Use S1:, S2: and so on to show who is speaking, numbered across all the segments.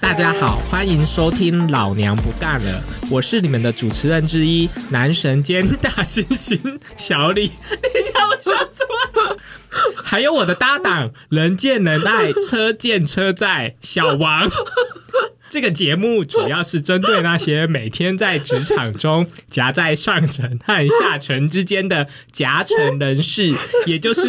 S1: 大家好，欢迎收听《老娘不干了》，我是你们的主持人之一，男神兼大猩猩小 李。等一下，我笑死了。还有我的搭档，人见人爱，车见车载，小王。这个节目主要是针对那些每天在职场中夹在上层和下层之间的夹层人士，也就是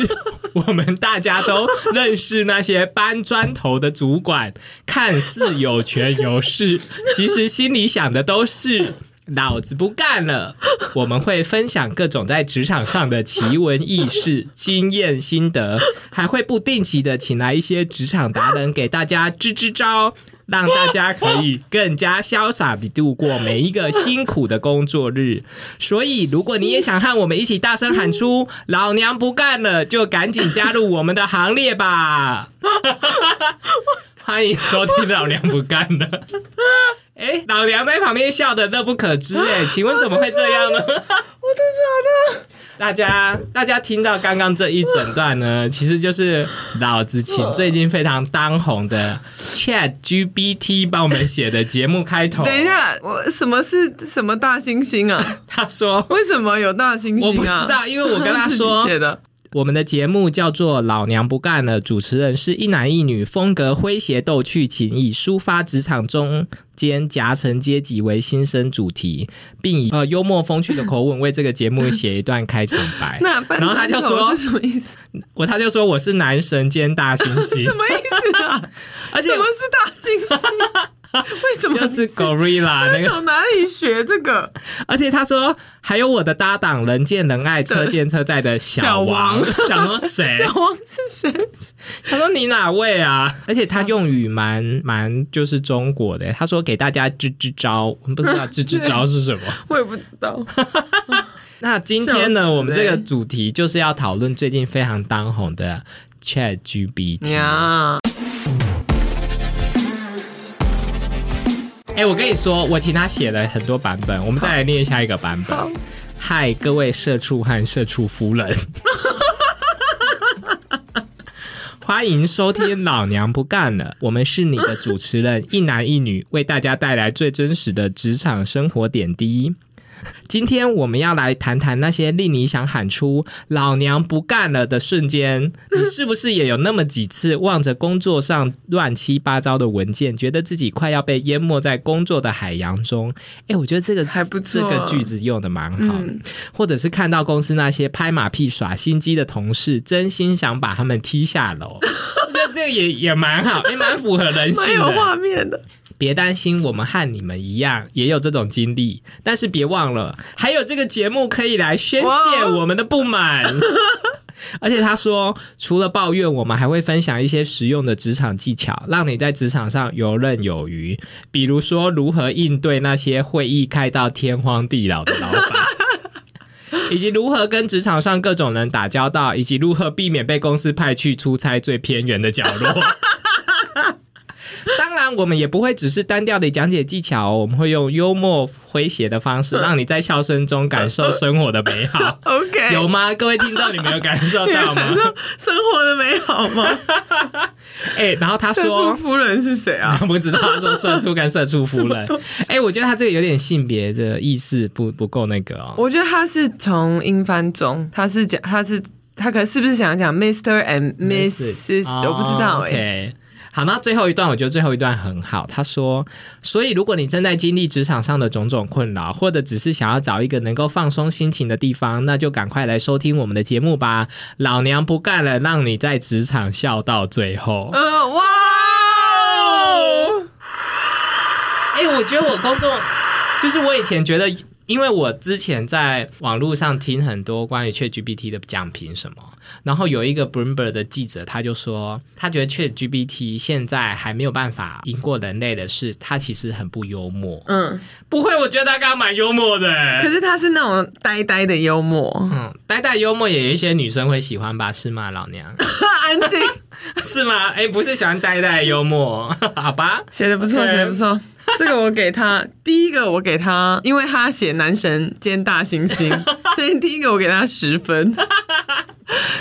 S1: 我们大家都认识那些搬砖头的主管，看似有权有势，其实心里想的都是。老子不干了！我们会分享各种在职场上的奇闻异事、经验心得，还会不定期的请来一些职场达人给大家支支招，让大家可以更加潇洒地度过每一个辛苦的工作日。所以，如果你也想和我们一起大声喊出“老娘不干了”，就赶紧加入我们的行列吧！ 欢迎收听《老娘不干了》。哎，老娘在旁边笑的乐不可支 哎，请问怎么会这样呢？
S2: 我肚子好痛，
S1: 大家，大家听到刚刚这一整段呢，其实就是老子
S2: 呃
S1: 请最近非常当红的 Chat GPT 帮我们写的节目开头。
S2: 等一，下，我什么是什么大猩 猩啊？
S1: 他说
S2: 为什么有大猩猩啊？
S1: 我不知道，因为我跟他
S2: 自
S1: 说
S2: 己，写的，。
S1: 我们的节目叫做《老娘不干了》，主持人是一男一女，风格诙谐逗趣，请以抒发职场中间夹层阶级为新生主题，并以呃幽默风趣的口吻为这个节目写一段开场白
S2: 那搬
S1: 然后他就
S2: 砖头
S1: 说
S2: 是什么意思？
S1: 我他就说我是男神兼大猩
S2: 什
S1: 猩，
S2: 么意思啊？
S1: 而且
S2: 什么是大猩猩？ 为什么
S1: 就是 gorilla 那
S2: 你
S1: 个，
S2: 从哪里学这个？
S1: 而且他说还有我的搭档人见人爱车见车载的小王， 想说谁？
S2: 小王是谁？
S1: 他说你哪位啊？而且他用语蛮蛮就是中国的，他说给大家支支招，我们不知道支支招是什 么。
S2: 我也不知道。
S1: 那今天
S2: 笑死
S1: 呢，
S2: 欸
S1: 我们这个主题就是要讨论最近非常当红的 Chat GPT。
S2: 呀，
S1: 哎、我跟你说，我请他写了很多版本，我们再来念下一个版本
S2: 好。
S1: 嗨，各位社畜和社畜夫人，欢迎收听《老娘不干了》，我们是你的主持人一男一女，为大家带来最真实的职场生活点滴。今天我们要来谈谈那些令你想喊出“老娘不干了”的瞬间。你是不是也有那么几次望着工作上乱七八糟的文件，觉得自己快要被淹没在工作的海洋中？哎，我觉得这个
S2: 还不
S1: 这
S2: 错
S1: 个句子用的蛮好的或者是看到公司那些拍马屁耍心机的同事，真心想把他们踢下楼。 这这也也蛮好，也蛮符合人
S2: 蛮
S1: 性
S2: 有
S1: 的。
S2: 画面的。
S1: 别担心，我们和你们一样也有这种经历，但是别忘了，还有这个节目可以来宣泄
S2: 哇。
S1: 我们的不满。而且他说，除了抱怨，我们还会分享一些实用的职场技巧，让你在职场上游刃有余。比如说，如何应对那些会议开到天荒地老的老板。以及如何跟职场上各种人打交道，以及如何避免被公司派去出差最偏远的角落。当然，我们也不会只是单调的讲解技巧、哦，我们会用幽默诙谐的方式，让你在笑声中感受生活的美好
S2: OK，
S1: 有吗？各位听众，你们有感受
S2: 哎啊你
S1: 到
S2: 们
S1: 吗？
S2: 说生活的美好吗？
S1: 哎、然后他
S2: 社畜
S1: 说，
S2: 夫人是谁啊？
S1: 不知道他说社畜跟社畜夫 人。哎、我觉得他这个有点性别的意识不不够那个哦。
S2: 我觉得他是从英翻中，他是讲他是他可是不是想讲 Mr. and Mrs. 我不知道
S1: 哦
S2: 哎、
S1: OK 好，那最后一段，我觉得最后一段很好。他说：“所以，如果你正在经历职场上的种种困扰，或者只是想要找一个能够放松心情的地方，那就赶快来收听我们的节目吧。老娘不干了，让你在职场笑到最后。
S2: 嗯、哇哦，
S1: 哎、我觉得我工作，就是我以前觉得，因为我之前在网络上听很多关于 ChatGPT 的讲评什么，然后有一个 Bloomberg 的记者他就说，他觉得 ChatGPT 现在还没有办法赢过人类的是，他其实很不幽默。
S2: 嗯，
S1: 不会，我觉得他刚刚蛮幽默的、欸
S2: 可是他是那种呆呆的幽默，
S1: 嗯，呆呆幽默也有一些女生会喜欢吧？是吗，老娘？
S2: 安静，
S1: 是吗？哎、不是喜欢呆呆幽默，好吧？
S2: 写的不错，
S1: OK
S2: 写的不错，这个我给他第一个，我给他，因为他写男神兼大猩猩， 所以第一个我给他十分。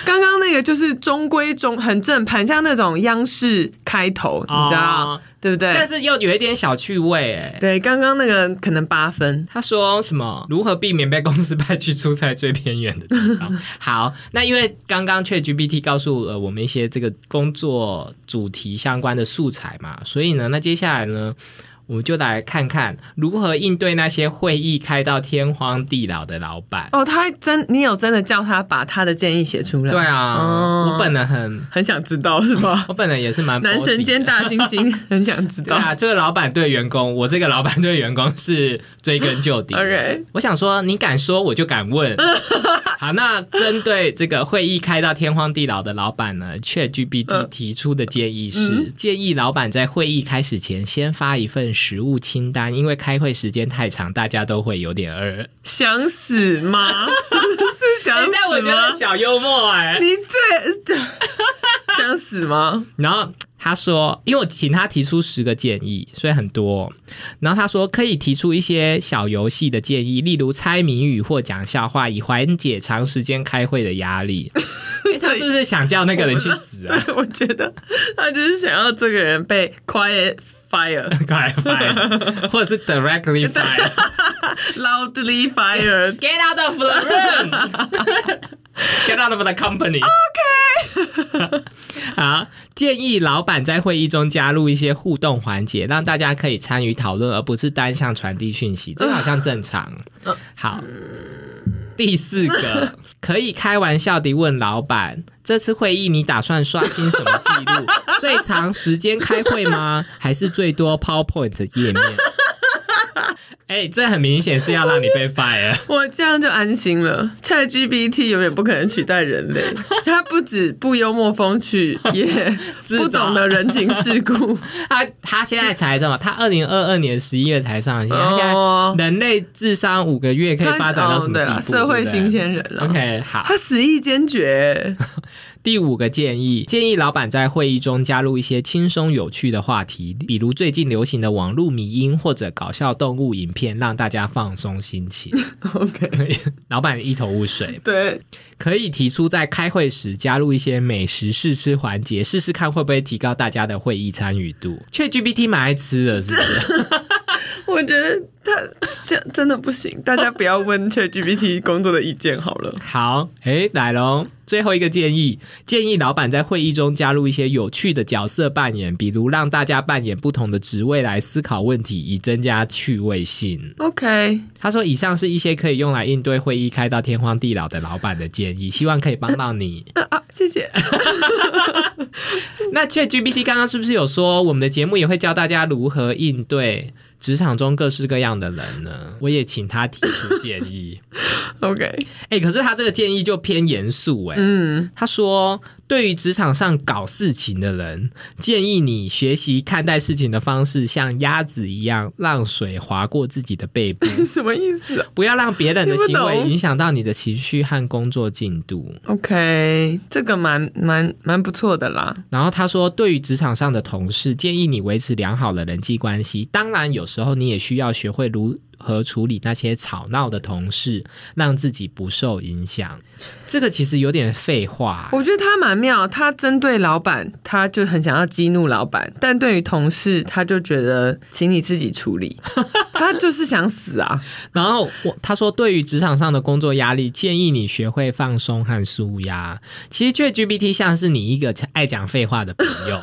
S2: 刚刚那个就是中规中很正，很像那种央视开头，你知道、
S1: 哦
S2: 对不
S1: 但
S2: 对？
S1: 是又有一点小趣味哎、
S2: 对，刚刚那个可能八分。
S1: 他说什么？如何避免被公司派去出差最偏远的地方？好，那因为刚刚 ChatGPT 告诉了我们一些这个工作主题相关的素材嘛，所以呢，那接下来呢，我们就来看看如何应对那些会议开到天荒地老的老板。
S2: 哦，他还真，你有真的叫他把他的建议写出来？
S1: 对，啊，
S2: 哦
S1: 我本人很，
S2: 很想知道是吧？
S1: 我本人也是蛮
S2: 男神
S1: bossy
S2: 兼
S1: 的。
S2: 大猩猩，很想知
S1: 对
S2: 道。
S1: 啊，这个老板对员工，我这个老板对员工是追根究底的。
S2: OK，
S1: 我想说，你敢说我就敢 问。好，那针对这个会议开到天荒地老的老板呢，ChatGPT
S2: 嗯
S1: 提出的建议是，建议老板在会议开始前先发一份食物清单，因为开会时间太长，大家都会有点饿。
S2: 想 死吗？是想
S1: 现哎在我
S2: 死
S1: 觉得
S2: 吗？
S1: 小幽默哎、
S2: 你最 想死吗？
S1: 然后他说，因为我请他提出十个建议，所以很多。然后他说可以提出一些小游戏的建议，例如猜谜语或讲笑话，以缓解长时间开会的压力。诶他是不是想叫那个人去死 啊？
S2: 对，我觉得他就是想要这个人被 quiet fire
S1: 快 fire，或者是 directly fire。
S2: loudly fire。
S1: Get out of the room. Get out of the company. OK 。 好，建议老板在会议中加入一些互动环节，让大家可以参与讨论，而不是单向传递讯息。这个好像正常。好，第四个，可以开玩笑地问老板。这次会议你打算刷新什么记 录？最长时间开会吗？还是最多 PowerPoint 页 面？哎、这很明显是要让你被 fire。
S2: 我这样就安心了。ChatGPT 永远不可能取代人 类，它不止不幽默风趣，也
S1: 自
S2: 不懂得人情世故。
S1: 他他现在才这么，他二零二二年十一月才上线，他现
S2: 哦
S1: 在人类智商五个 月可以
S2: 它
S1: 发展到
S2: 哦
S1: 什么
S2: 对
S1: 地
S2: 啦
S1: 步？
S2: 社
S1: 对
S2: 会
S1: 不对
S2: 新鲜人了。
S1: OK，好。
S2: 他死意坚决，
S1: 第五个建议，建议老板在会议中加入一些轻松有趣的话题，比如最近流行的网络迷音或者搞笑动物影片，让大家放松心情。
S2: OK，
S1: 老板一头雾水。
S2: 对，
S1: 可以提出在开会时加入一些美食试吃环节，试试看会不会提高大家的会议参与度。ChatGPT 蛮爱吃的，是不是？
S2: 我觉得他这真的不行，大家不要问 ChatGPT 工作的意见好了。
S1: 好，诶，来喽！最后一个建议，建议老板在会议中加入一些有趣的角色扮演，比如让大家扮演不同的职位来思考问题，以增加趣味性。
S2: OK，
S1: 他说，以上是一些可以用来应对会议开到天荒地老的老板的建议，希望可以帮到你。
S2: 那啊，谢谢。
S1: 那 ChatGPT 刚刚是不是有说，我们的节目也会教大家如何应对职场中各式各样的人呢？我也请他提出建议。
S2: OK，
S1: 哎、可是他这个建议就偏严肃哎。
S2: 嗯，
S1: 他说，对于职场上搞事情的人，建议你学习看待事情的方式，像鸭子一样，让水划过自己的背 部，
S2: 什么意思啊
S1: 不要让别人的
S2: 听不
S1: 行
S2: 懂
S1: 为影响到你的情绪和工作进度。
S2: ？OK，这个蛮蛮蛮不错的啦。
S1: 然后他说，对于职场上的同事，建议你维持良好的人际关系。当然，有时候你也需要学会如何处理那些吵闹的同事，让自己不受影响。这个其实有点废话。
S2: 我觉得他蛮妙，他针对老板，他就很想要激怒老板，但对于同事，他就觉得请你自己处 理，他就是想死啊。
S1: 然后我他说，对于职场上的工作压力，建议你学会放松和舒压。其实 ChatGPT 像是你一个爱讲废话的朋友，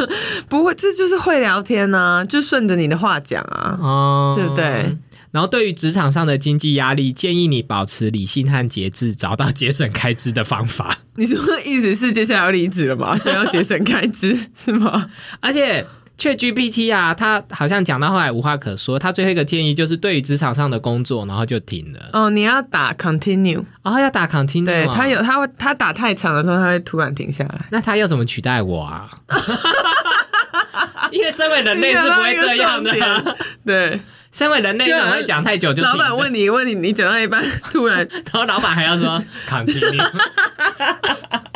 S2: 不会，这就是会聊天啊，就顺着你的话讲啊。
S1: 哦，
S2: 对不对？
S1: 然后对于职场上的经济压力，建议你保持理性和节制，找到节省开支的方法。
S2: 你说意思是接下来要离职了 吗？所以要节省开支是吗？
S1: 而且 ChatGPT 啊，他好像讲到后来无话可说，他最后一个建议就是对于职场上的工作，然后就停了。
S2: 哦，你要打 continue，
S1: 然、后要打 continue，
S2: 对
S1: 啊
S2: 他。有他会他打太长的时候，他会突然停下 来。
S1: 那他要怎么取代我 啊？因为身为人类是不会这样
S2: 你讲到一个
S1: 的啊
S2: 重，对，啊
S1: 身为人类怎么会讲太久就停
S2: 老板问你问你，你讲到一半突然
S1: 然后老板还要说 continue。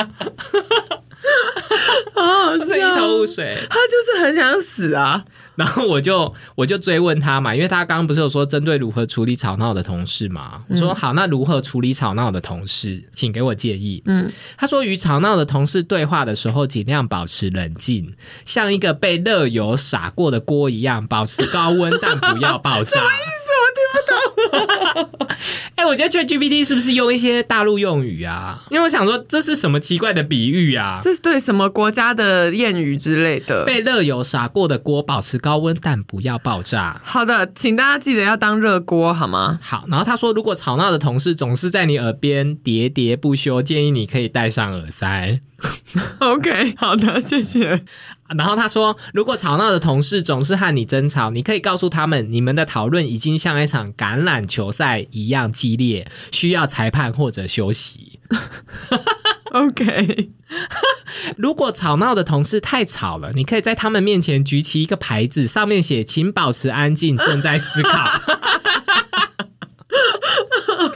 S2: 好好
S1: 他是一头
S2: 笑
S1: 雾。水。
S2: 他就是很想死啊！
S1: 然后我就我就追问他嘛，因为他刚刚不是有说针对如何处理吵闹的同事嘛，我说好，那如何处理吵闹的同事，请给我建议。
S2: 嗯，
S1: 他说与吵闹的同事对话的时候，尽量保持冷静，像一个被热油洒过的锅一样，保持高温，但不要爆 炸。什么意思？我听不懂。 哎、我觉得 ChatGPT 是不是用一些大陆用语啊？因为我想说这是什么奇怪的比喻啊？
S2: 这是对什么国家的谚语之类的？
S1: 被热油洒过的锅，保持高温，但不要爆炸。
S2: 好的，请大家记得要当热锅，好吗？
S1: 好，然后他说，如果吵闹的同事总是在你耳边喋喋不休，建议你可以戴上耳塞。
S2: OK，好的，谢谢。
S1: 然后他说，如果吵闹的同事总是和你争吵，你可以告诉他们，你们的讨论已经像一场橄榄球赛一样激烈，需要裁判或者休息。
S2: OK，
S1: 如果吵闹的同事太吵了，你可以在他们面前举起一个牌子，上面写“请保持安静，正在思考” 。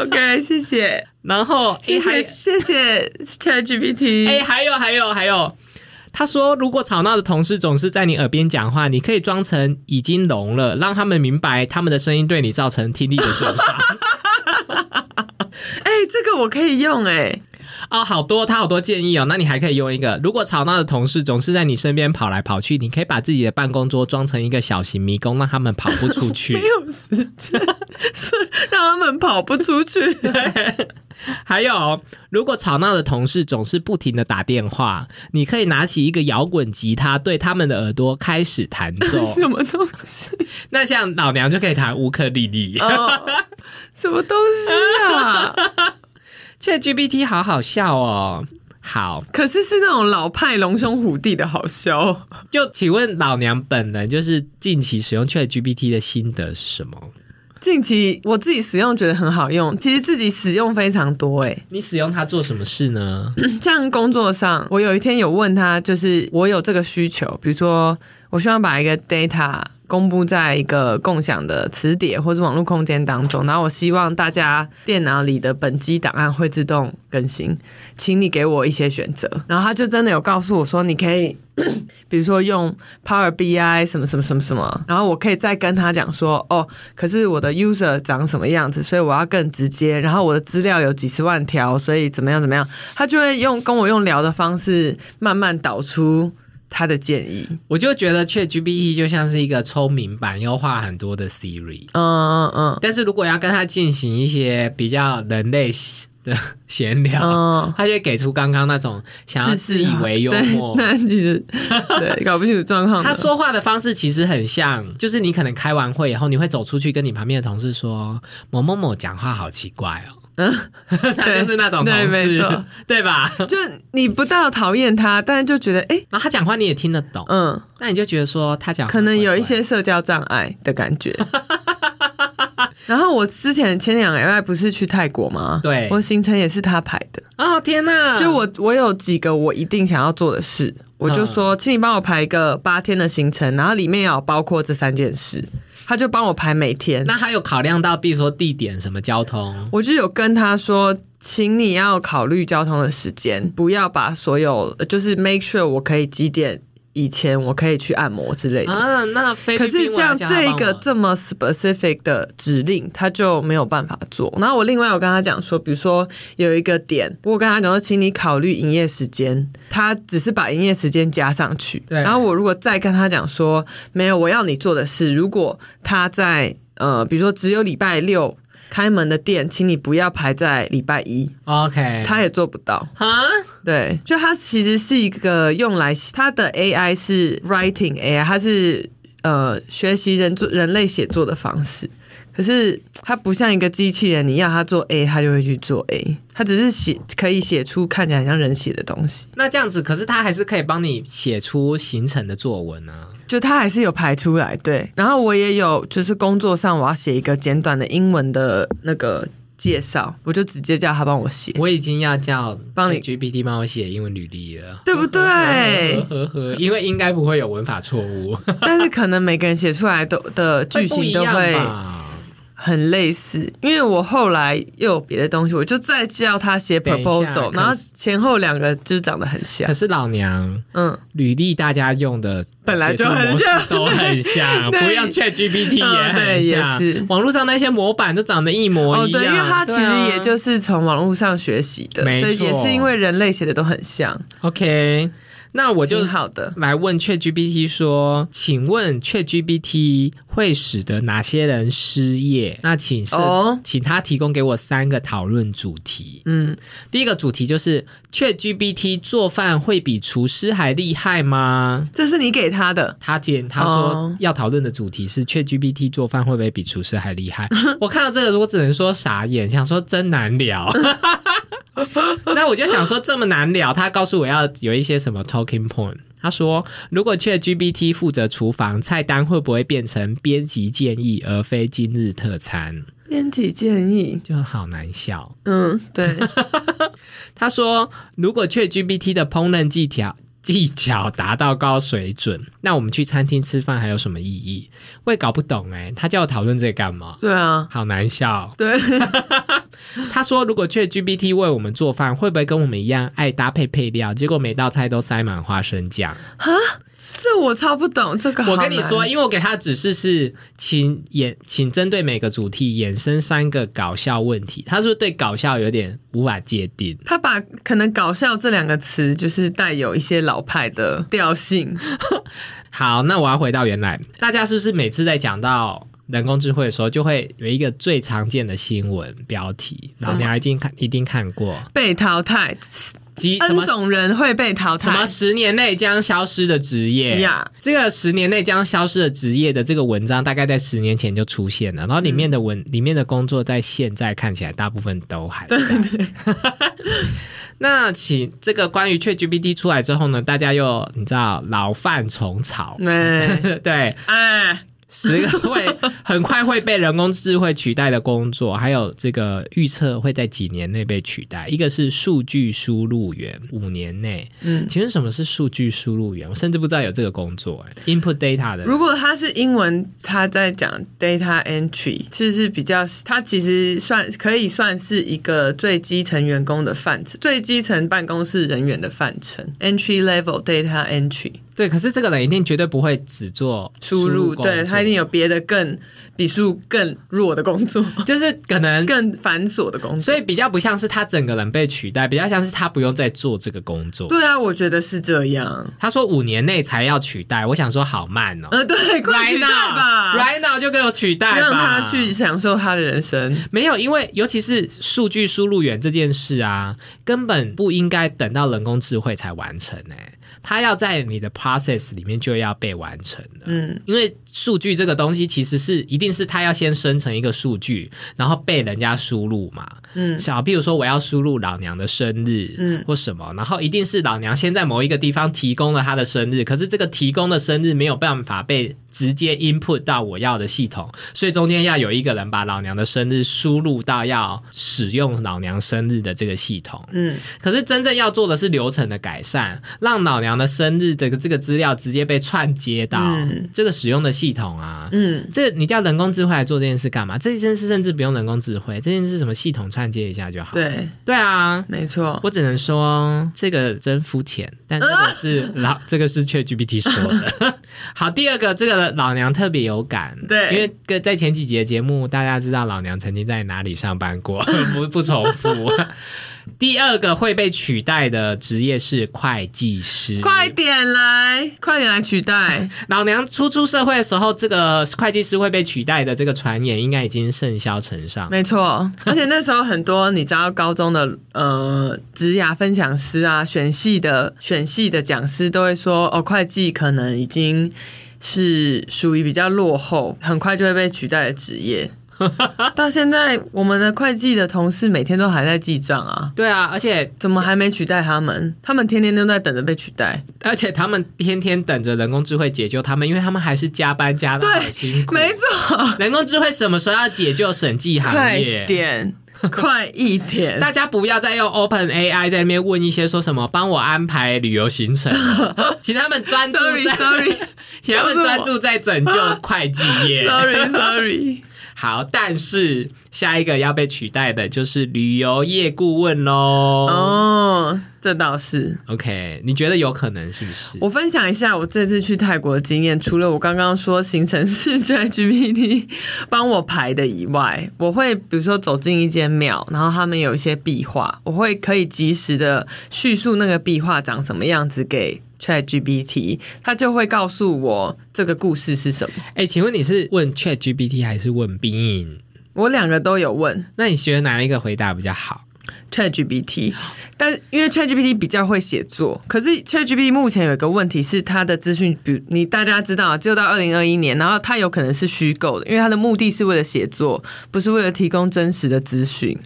S2: OK，谢谢，
S1: 然后，诶
S2: 谢
S1: 还
S2: 谢，谢谢 ChatGPT。
S1: 哎、还有还有还有，他说如果吵闹的同事总是在你耳边讲话，你可以装成已经聋了，让他们明白他们的声音对你造成听力的损伤。
S2: 哎、这个我可以用哎、
S1: 哦，好多他好多建议哦。那你还可以用一个，如果吵闹的同事总是在你身边跑来跑去，你可以把自己的办公桌装成一个小型迷宫，让他们跑不出去
S2: 没。有时间，是让他们跑不 出去。
S1: 还有，哦如果吵闹的同事总是不停的打电话，你可以拿起一个摇滚吉他，对他们的耳朵开始弹 奏。
S2: 什么东西？
S1: 那像老娘就可以弹乌克丽丽。
S2: 哦，什么东 西啊？
S1: ChatGPT 好好笑哦。好，
S2: 可是是那种老派龙兄虎弟的好笑。
S1: 就请问老娘本人就是近期使用 ChatGPT 的心得是什么？
S2: 近期我自己使用觉得很好用，其实自己使用非常多哎、
S1: 你使用它做什么事呢？
S2: 像工作上，我有一天有问他，就是我有这个需求，比如说我希望把一个 data 公布在一个共享的磁碟或是网络空间当中，然后我希望大家电脑里的本机档案会自动更新，请你给我一些选择。然后他就真的有告诉我说，你可以。比如说用 Power BI 什么什么什么什么，然后我可以再跟他讲说，哦，可是我的 user 长什么样子，所以我要更直接，然后我的资料有几十万条，所以怎么样怎么样，他就会用跟我用聊的方式慢慢导出他的建议。
S1: 我就觉得 ChatGPT 就像是一个聪明版，优化很多的 Siri。
S2: 嗯嗯
S1: 但是如果要跟它进行一些比较人类的 闲
S2: 嗯
S1: 聊，
S2: 嗯，
S1: 它就会给出刚刚那种想要自以为幽默。
S2: 对那 其实对搞不清楚状况的。
S1: 他说话的方式其实很像，就是你可能开完会以后，你会走出去跟你旁边的同事说：“某某某讲话好奇怪哦。”嗯， 他就是那种同
S2: 对没
S1: 事，
S2: 错
S1: 对吧？
S2: 就你不到讨厌他，但是就觉得哎、诶
S1: 然后他讲话你也听得懂，
S2: 嗯，
S1: 那你就觉得说他讲话
S2: 可能有一
S1: 怪
S2: 些社交障碍的感觉。 然后我之前前两个礼拜不是去泰国吗？
S1: 对
S2: 我行程也是他排的。
S1: 怪哦，天哪！
S2: 就我我有几个我一定想要做的事，我就说，请你帮我排一个八天的行程，然后里面有包括这三件事，他就帮我排每天。
S1: 那还有考量到，比如说地点、什么交通，
S2: 我就有跟他说，请你要考虑交通的时间，不要把所有呃就是 make sure 我可以几点以前我可以去按摩之类的。
S1: 啊，那菲律
S2: 可
S1: 宾
S2: 是像这一
S1: 我要叫他
S2: 个
S1: 帮我
S2: 这么 specific 的指令，他就没有办法做。然后我另外有跟他讲说，比如说有一个点，我跟他讲说，请你考虑营业时间，他只是把营业时间加上去。
S1: 对
S2: 然后我如果再跟他讲说，没有，我要你做的是，如果他在呃，比如说只有礼拜六。开门的店，请你不要排在礼拜一，
S1: OK，
S2: 他也做不到。
S1: 啊，
S2: 对，就它其实是一个用来它的 AI 是 writing AI，它是呃学习人做人类写作的方式。可是它不像一个机器人，你要它做 A，它就会去做 A。它只是写可以写出看起来很像人写的东西，
S1: 那这样子，可是他还是可以帮你写出行程的作文啊。
S2: 就它还是有排出来。对，然后我也有就是工作上我要写一个简短的英文的那个介绍，我就直接叫他帮我写，
S1: 我已经要叫
S2: 帮你
S1: GPT 帮我写英文履历了。
S2: 对不 对？
S1: 呵呵呵，因为应该不会 有文法错误，
S2: 但是可能每个人写出来的的剧情都
S1: 一样
S2: 会
S1: 吧
S2: 很类似，因为我后来又有别的东西，我就再叫他写
S1: 等一下
S2: proposal，
S1: 可是
S2: 然后前后两个就是长得很像
S1: 可，是老娘
S2: 嗯，
S1: 履历大家用的
S2: 本来就很像
S1: 模式都很 像，
S2: 对
S1: 不用 Chat GPT 也
S2: 嗯对
S1: 很像，
S2: 也是
S1: 网络上那些模板都长得一模一样。啊
S2: 哦，对，因为他其
S1: 对
S2: 实
S1: 啊
S2: 也就是从网络上学习的，
S1: 没
S2: 所以也
S1: 错
S2: 是因为人类写的都很像，
S1: OK。那我就
S2: 挺好的。
S1: 来问 ChatGPT 说，请问 ChatGPT 会使得哪些人失业？那请是、
S2: 哦
S1: 请他提供给我三个讨论主题。
S2: 嗯，
S1: 第一个主题就是 ChatGPT 做饭会比厨师还厉害吗？
S2: 这是你给他的，
S1: 他简他说
S2: 哦
S1: 要讨论的主题是 ChatGPT 做饭会不会比厨师还厉害？ 我看到这个，我只能说傻眼，想说真难聊。 那我就想说这么难聊，他告诉我要有一些什么 talking point。他说，如果 ChatGPT 负责厨房，菜单会不会变成编辑建议而非今日特餐？
S2: 编辑建议，
S1: 就好难笑。
S2: 嗯，对，
S1: 他说，如果 ChatGPT 的烹饪技巧技巧达到高水准，那我们去餐厅吃饭还有什么意义？我也搞不懂哎、他叫我讨论这个干嘛？
S2: 对啊，
S1: 好难笑。
S2: 对，
S1: 他说，如果 ChatGPT 为我们做饭，会不会跟我们一样爱搭配配料？结果每道菜都塞满花生 酱。
S2: 这我超不懂，这个
S1: 我
S2: 好
S1: 跟你
S2: 难
S1: 说，因为我给他的指示是，请衍，请针对每个主题衍生三个搞笑问题。他是不是对搞笑有点无法界定？
S2: 他把可能“搞笑”这两个词，就是带有一些老派的调性。
S1: 好，那我要回到原来，大家是不是每次在讲到人工智慧的时候，就会有一个最常见的新闻标题，然后你还一定看一定看过，
S2: 被淘汰
S1: 几什
S2: ，N
S1: 么
S2: 种人会被淘
S1: 什么
S2: 汰。
S1: 十年内将消失的职业
S2: 呀
S1: 这个十年内将消失的职业的这个文章，大概在十年前就出现了，然后里面的文、
S2: 嗯
S1: 里面的工作，在现在看起来大部分都还在。 那请这个关于 ChatGPT 出来之后呢，大家又你知道老范重炒，
S2: 哎
S1: 对，
S2: 哎，
S1: 十个会很快会被人工智慧取代的工作，还有这个预测会在几年内被取代。一个是数据输入员，五年内。嗯，其实什么是数据输入员？我甚至不知道有这个工作、哎 i n p u t data 的人。
S2: 如果他是英文，他在讲 data entry，就是比较，他其实算可以算是一个最基层员工的范畴，最基层办公室人员的范畴，entry level data entry。
S1: 对，可是这个人一定绝对不会只做
S2: 出入，
S1: 工作
S2: 对他一定有别的更比数更弱的工 作，
S1: 就是可能。
S2: 更繁琐的工作。
S1: 所以比较不像是他整个人被取代，比较像是他不用再做这个工作。
S2: 对啊，我觉得是这样。
S1: 他说五年内才要取代，我想说好慢哦、
S2: 呃，对，快取代吧，
S1: right now，right now 就给我取代吧，
S2: 让他去享受他的人生。
S1: 没有，因为尤其是数据输入员这件事啊，根本不应该等到人工智慧才完成哎、它要在你的 process 里面就要被完成的。嗯，因为数据这个东西其实是一定是它要先生成一个数据，然后被人家输入嘛。嗯，像比如说我要输入老娘的生日，嗯，或什么，然后一定是老娘先在某一个地方提供了她的生日，可是这个提供的生日没有办法被直接 input 到我要的系统，所以中间要有一个人把老娘的生日输入到要使用老娘生日的这个系统。
S2: 嗯，
S1: 可是真正要做的是流程的改善，让老娘的生日的这个资料直接被串接到
S2: 嗯
S1: 这个使用的系统啊。
S2: 嗯，
S1: 这你叫人工智慧来做这件事干嘛？这件事甚至不用人工智慧，这件事什么系统串接一下就好。
S2: 对，
S1: 对啊，
S2: 没错。
S1: 我只能说这个真肤浅，但这
S2: 啊
S1: 个是老、 这个是 ChatGPT 说的。好，第二个这个老娘特别有感，
S2: 对
S1: 因为跟在前几集的节目，大家知道老娘曾经在哪里上班过， 不不重复。 第二个会被取代的职业是会计师，
S2: 快点来，快点来取 代。
S1: 老娘初出社会的时候，这个会计师会被取代的这个传言，应该已经甚嚣尘上。
S2: 没错，而且那时候很多你知道高中的呃职涯分享师啊，选系的选系的讲师都会说，哦，会计可能已经是属于比较落后，很快就会被取代的职 业。到现在，我们的会计的同事每天都还在记账啊，
S1: 对啊，而且
S2: 怎么还没取代他们？他们天天都在等着被取 代。
S1: 而且他们天天等着人工智慧解救他们，因为他们还是加班加到很辛苦。
S2: 没错，
S1: 人工智慧什么时候要解救审计行
S2: 快
S1: 业？
S2: 点，快一点！
S1: 大家不要再用 Open AI 在那边问一些说什么帮我安排旅游行 程了，请他们专注
S2: Sorry,
S1: 在
S2: sorry,
S1: 请他们专注在拯救会计业。
S2: sorry, sorry。
S1: 好，但是下一个要被取代的就是旅游业顾问喽。
S2: 哦，这倒是。
S1: OK，你觉得有可能是不是？
S2: 我分享一下我这次去泰国的经验，除了我刚刚说行程是 ChatGPT 帮我排的以外，我会比如说走进一间庙，然后他们有一些壁画，我会可以及时的叙述那个壁画长什么样子给 ChatGPT，它就会告诉我这个故事是什么。
S1: 哎、请问你是问 Chat GPT 还是问 Bing？
S2: 我两个都有问
S1: 那你觉得哪一个回答比较好？
S2: ChatGPT，但因为 ChatGPT 比较会写作，可是 ChatGPT 目前有一个问题是它的资讯，比如你大家知道，只有到二零二一年，然后它有可能是虚构的，因为它的目的是为了写作，不是为了提供真实的资讯。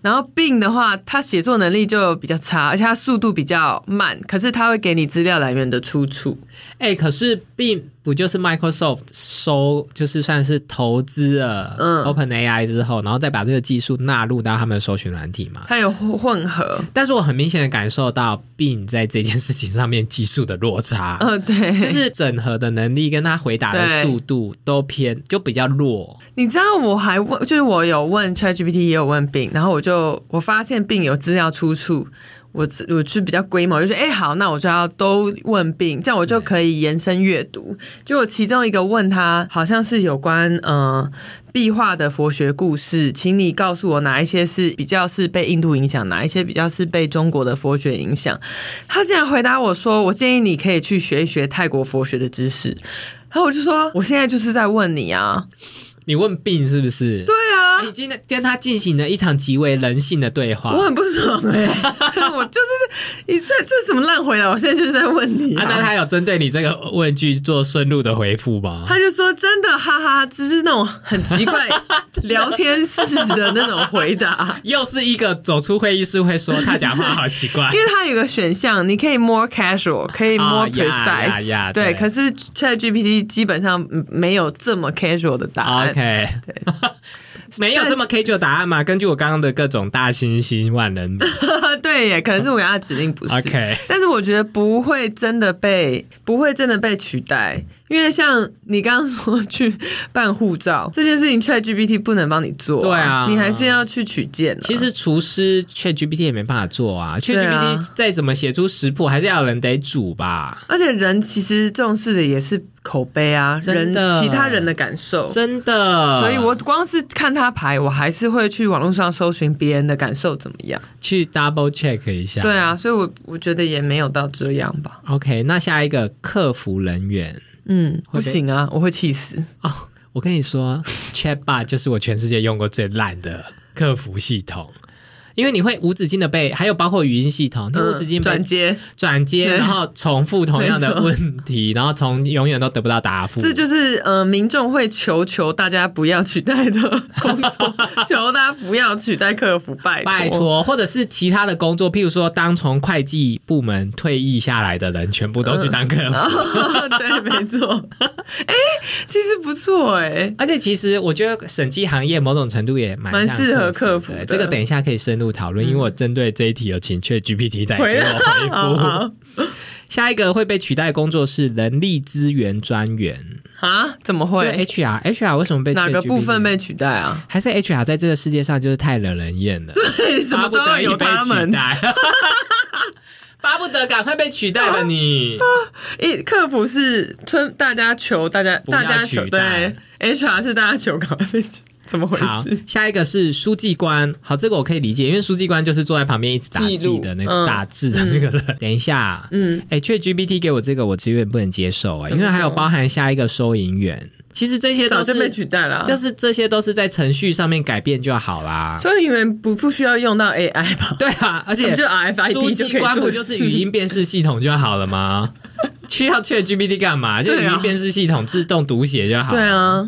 S2: 然后病的话，它写作能力就比较差，而且它速度比较慢，可是它会给你资料来源的出处。
S1: 哎、可是 Bing 不就是 Microsoft 收，就是算是投资了
S2: 嗯
S1: OpenAI 之后，然后再把这个技术纳入到他们的搜寻软体嘛？
S2: 它有混混合，
S1: 但是我很明显的感受到 Bing 在这件事情上面技术的落差。
S2: 呃， 对，
S1: 就是整合的能力跟他回答的
S2: 对
S1: 速度都偏就比较弱，
S2: 你知道我还问，就是我有问 ChatGPT，也有问病，然后我就我发现病有资料出处，我只我是比较龟毛，我就说哎、诶好，那我就要都问病，这样我就可以延伸阅读。就我其中一个问他，好像是有关呃壁画的佛学故事，请你告诉我哪一些是比较是被印度影响，哪一些比较是被中国的佛学影响。他竟然回答我说，我建议你可以去学一学泰国佛学的知识。然后我就说，我现在就是在问你啊，
S1: 你问 Bing 是不是？
S2: 对啊，
S1: 你今天跟他进行了一场极为人性的对话。
S2: 我很不爽哎、 我就是你这这什么烂回答？我现在就是在问你、
S1: 啊，
S2: 啊。
S1: 那他有针对你这个问句做深入的回复吗？
S2: 他就说真的，哈哈，只是那种很 奇怪聊天式的那种回答。
S1: 又是一个走出会议室会说他讲话好奇 怪
S2: 因为它有个选项，你可以 more casual，可以
S1: 啊
S2: more
S1: 呀呀
S2: precise，、
S1: 呀
S2: 对。
S1: 对
S2: 可是 Chat GPT 基本上嗯没有这么 casual 的答案。
S1: 啊，OK，没有这么 K 就答案吗？根据我刚刚的各种大猩猩万 人迷
S2: 对耶，可能是我给他的指令不是。
S1: ，OK，
S2: 但是我觉得不会真的被不会真的被取代，因为像你刚刚说去办护照 这件事情，ChatGPT 不能帮你做、
S1: 对啊
S2: 你还是要去取件、啊。
S1: 其实厨师 ChatGPT 也没办法做啊
S2: 对啊
S1: ，ChatGPT 再怎么写出食谱，还是要有人得煮吧。
S2: 而且人其实重视的也是口碑啊，
S1: 真
S2: 人
S1: 的
S2: 其他人的感受。
S1: 真的，
S2: 哦所以我光是看他牌，我还是会去网络上搜寻别人的感受怎么样。
S1: 去 double check 一下。
S2: 对啊，所以我我觉得也没有到这样吧。
S1: ，OK，那下一个客服人员，
S2: 嗯，
S1: 会
S2: 不
S1: 被
S2: 行啊，我会气死。
S1: 哦，我跟你说 ，Chatbot 就是我全世界用过最烂的客服系统，因为你会无止境的被，还有包括语音系统，你无止境
S2: 嗯
S1: 被
S2: 转接，
S1: 转接，
S2: 对
S1: 然后重复同样
S2: 没
S1: 的
S2: 错
S1: 问题，然后从永远都得不到答复。
S2: 这就是呃，民众会求求大家不要取代的工 作，求大家不要取代客服，拜
S1: 拜托，或者是其他的工作，譬如说，当从会计部门退役下来的人，全部都去当客服。
S2: 对，没 错。哎、其实不错哎、
S1: 而且其实我觉得审计行业某种程度也蛮
S2: 蛮
S1: 像
S2: 适合
S1: 客
S2: 客服的
S1: 这个等一下可以深入讨论，因为我针对这一题有请 ChatGPT 再给我
S2: 回答
S1: 回
S2: 好
S1: 复。
S2: 好
S1: 下一个会被取代的工作是人力资源专员，
S2: 啊？怎么
S1: 就
S2: 会？
S1: HR HR 为什么被
S2: 哪个
S1: ChatGPT
S2: 部分被取代啊？
S1: 还是 HR 在这个世界上就是太惹人厌了，
S2: 什么
S1: 巴
S2: 都
S1: 不
S2: 要
S1: 得
S2: 有
S1: 已被
S2: 他
S1: 取
S2: 们。
S1: 代， 巴不得赶快被取代了 你。
S2: 一哎客服是村大家求大家
S1: 不要
S2: 大家求
S1: 取代
S2: 对，HR 是大家求搞被取，怎么回
S1: 好
S2: 事？，
S1: 下一个是书记官。好，这个我可以理解，因为书记官就是坐在旁边一直打
S2: 记
S1: 字
S2: 录
S1: 的那
S2: 嗯
S1: 个打字的那个人。等一下，
S2: 嗯，
S1: 哎、却 g p t 给我这个，我永远不能接受哎、
S2: 怎么
S1: 因为还有
S2: 说
S1: 包含下一个收银员。其实这些
S2: 早
S1: 都
S2: 就被
S1: 是
S2: 取代了啊、
S1: 就是这些都是在程序上面改变就好啦。
S2: 所以你们不不需要用到 AI 吧？
S1: 对啊，而
S2: 我
S1: 且
S2: 们就
S1: 书
S2: RFID 就可
S1: 记
S2: 以
S1: 官
S2: 做
S1: 不就是
S2: 事
S1: 语音辨识系统就好了 吗？需要 Chat GPT 干嘛？就语
S2: 对啊
S1: 音辨识系统自动读写就好。
S2: 对，啊，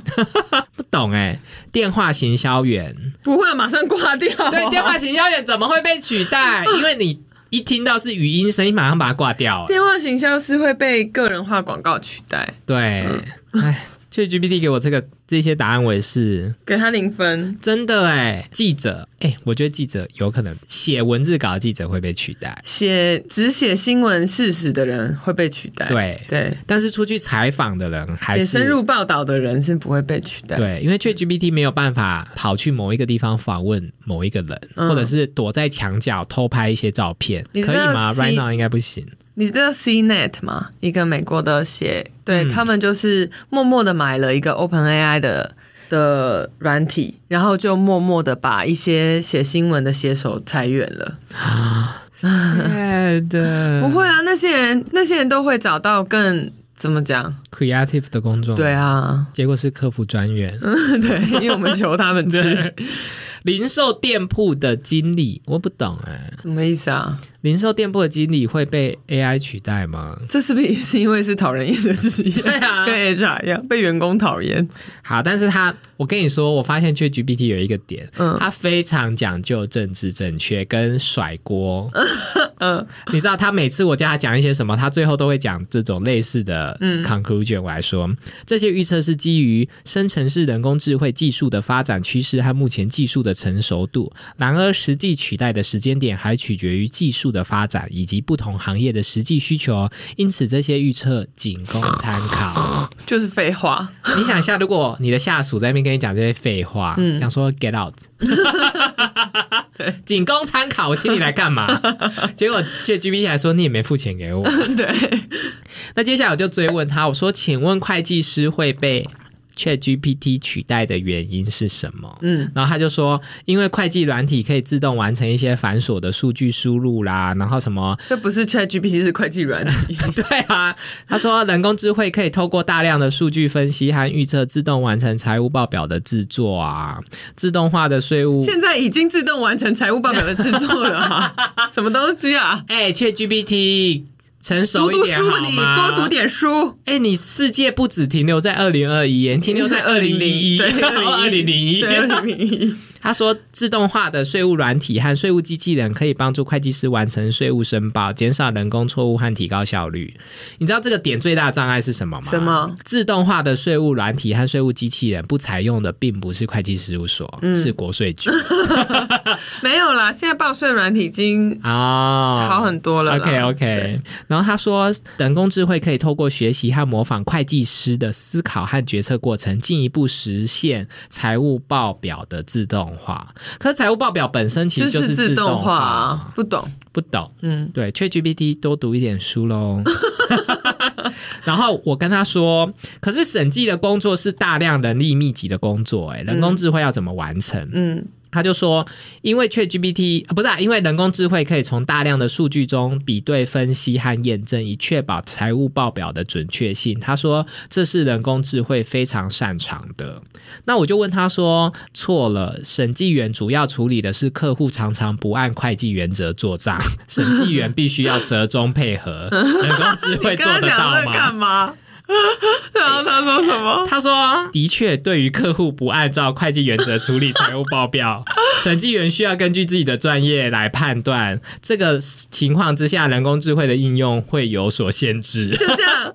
S1: 不懂哎、电话行销员，
S2: 不会马上挂掉、
S1: 对，电话行销员怎么会被取 代？因为你一听到是语音声音，马上把它挂掉、哎
S2: 电话行销是会被个人化广告取代。
S1: 对，哎、去 GPT 给我这个这些答案，我也是
S2: 给他零分。
S1: 真的哎。记者哎，我觉得记者有可能写文字稿的记者会被取代，
S2: 写只写新闻事实的人会被取代，
S1: 对。
S2: 对，
S1: 但是出去采访的人还
S2: 写
S1: 是
S2: 深入报道的人是不会被取代。
S1: 对，因为 ChatGPT 没有办法跑去某一个地方访问某一个人，
S2: 嗯
S1: 或者是躲在墙角偷拍一些照片，
S2: 你知
S1: 可
S2: 道
S1: 以吗
S2: C-
S1: ？Right now 应该不 行。
S2: 你知道 CNET 吗？一个美国的写，对、
S1: 嗯
S2: 他们就是默默的买了一个 OpenAI 的的软体，然后就默默的把一些写新闻的写手裁员了。
S1: 的
S2: 不会啊，那些人那些人都会找到更怎么讲？
S1: creative 的工作，
S2: 对，啊，
S1: 结果是客服专员，
S2: 对，因为我们求他们吃，
S1: 对，零售店铺的经理，我不懂哎、
S2: 什么意思啊？
S1: 零售店铺的经理会被 AI 取代吗？
S2: 这是不是也是因为是讨人厌的职业？
S1: 对啊
S2: 跟 HR 一样被员工讨厌。
S1: 好，但是他，我跟你说，我发现 ChatGPT 有一个点，
S2: 嗯
S1: 他非常讲究政治正确跟甩锅。
S2: 嗯，
S1: 你知道，他每次我叫他讲一些什么，他最后都会讲这种类似的
S2: 嗯
S1: conclusion。我来说，这些预测是基于生成式人工智慧技术的发展趋势和目前技术的成熟度。然而，实际取代的时间点还取决于技术的发展以及不同行业的实际需求，因此这些预测仅供参考。
S2: 就是废话。
S1: 你想一下，如果你的下属在那边跟你讲这些废话，
S2: 嗯
S1: 想说 get out，仅供参考，我请你来干 嘛？结果 ChatGPT 还说你也没付钱给我。
S2: 对，
S1: 那接下来我就追问他，我说：“请问会计师会被 ChatGPT 取代的原因是什么？”
S2: 嗯，
S1: 然后他就说，因为会计软体可以自动完成一些繁琐的数据输入啦，然后什么
S2: 这不是 ChatGPT，是会计软体。
S1: 对啊，他说人工智慧可以透过大量的数据分析和预测，自动完成财务报表的制作啊，自动化的税务。
S2: 现在已经自动完成财务报表的制作 了、啊，什么东西啊？
S1: 哎，却 GPT 成
S2: 读
S1: 熟一
S2: 读
S1: 点
S2: 书吧
S1: 好
S2: 你，
S1: 吗？
S2: 多读。点书。
S1: 哎，你世界不只停留在二零二一，你停留在二零零一，
S2: 对
S1: 然后二零零一。
S2: 对，
S1: 他说，自动化的税务软体和税务机器人可以帮助会计师完成税务申报，减少人工错误和提高效率。你知道这个点最大的障碍是 什么吗？
S2: 什么？
S1: 自动化的税务软体和税务机器人不采用的并不是会计事务所，
S2: 嗯
S1: 是国税 局
S2: 没有啦，现在报税软体已经
S1: 哦。
S2: 好很多了啦。
S1: OK OK，
S2: 对
S1: 然后他说，人工智慧可以透过学习和模仿会计师的思考和决策过程，进一步实现财务报表的自动化。可是财务报表本身其实
S2: 就是自
S1: 动
S2: 动化、啊，不懂。
S1: 不懂。
S2: 嗯，
S1: 对，ChatGPT 多读一点书喽。然后我跟他说，可是审计的工作是大量人力密集的工作、哎，人工智慧要怎么完成？
S2: 嗯，
S1: 他就说，因为 ChatGPT 啊不是、啊，因为人工智慧可以从大量的数据中比对、分析和验证，以确保财务报表的准确性。他说这是人工智慧非常擅长的。那我就问他说，错了，审计员主要处理的是客户常常不按会计原则做账， 审计员必须要折中配 合，人工智慧
S2: 你
S1: 做
S2: 跟他
S1: 得
S2: 讲
S1: 到
S2: 这个
S1: 吗
S2: 干？嘛？ 然后他说什么？
S1: 他说：“的确，对于客户不按照会计原则处理财务报 表，审计员需要根据自己的专业来判断。这个情况之下，人工智慧的应用会有所限制。
S2: 就这样，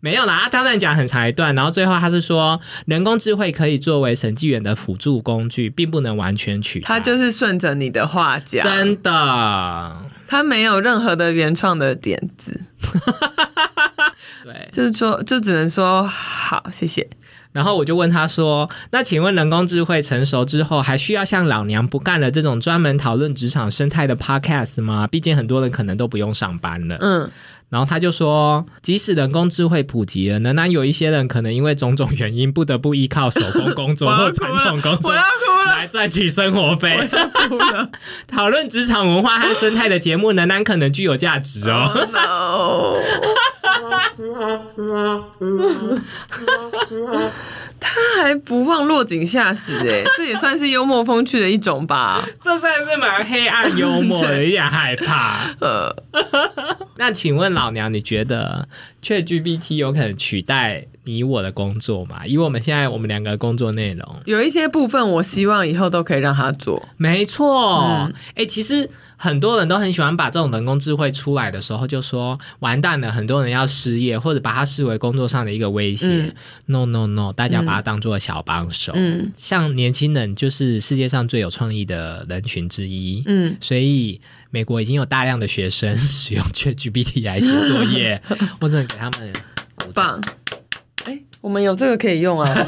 S1: 没有啦，他当然讲很长一段，然后最后他是说，人工智慧可以作为审计员的辅助工具，并不能完全取代。
S2: 他就是顺着你的话讲，
S1: 真的
S2: 他没有任何的原创的点子，
S1: 对。
S2: 就是说，就只能说好，谢谢。
S1: 然后我就问他说：“那请问人工智慧成熟之后，还需要像老娘不干了这种专门讨论职场生态的 podcast 吗？毕竟很多人可能都不用上班了。
S2: 嗯，
S1: 然后他就说，即使人工智慧普及了，仍然有一些人可能因为种种原因不得不依靠手工工 作
S2: 我
S1: 或
S2: 要哭
S1: 传
S2: 了
S1: 统工，作
S2: 我要哭了，
S1: 来赚取生活费。
S2: 哭了。
S1: 讨论职场文化和生态的节目，仍然可能具有价值哦。”
S2: Oh no！他还不忘落井下石、欸，哎，这也算是幽默风趣的一种吧？
S1: 这算是蛮黑暗 幽默的，有点害怕。
S2: 呃，
S1: 那请问老娘，你觉得 ChatGPT 有可能取代你我的工作嘛？以我们现在我们两个的工作内容，
S2: 有一些部分，我希望以后都可以让他做。
S1: 没错。哎、
S2: 嗯
S1: 其实很多人都很喜欢把这种人工智慧出来的时候，就说完蛋了，很多人要失业，或者把它视为工作上的一个威胁。
S2: 嗯
S1: No No No，大家把它当做小帮手。
S2: 嗯
S1: 像年轻人就是世界上最有创意的人群之一。
S2: 嗯，
S1: 所以美国已经有大量的学生 使用 ChatGPT 来写作 业，我只能给他们鼓掌。
S2: 棒。哎、我们有这个可以用 啊。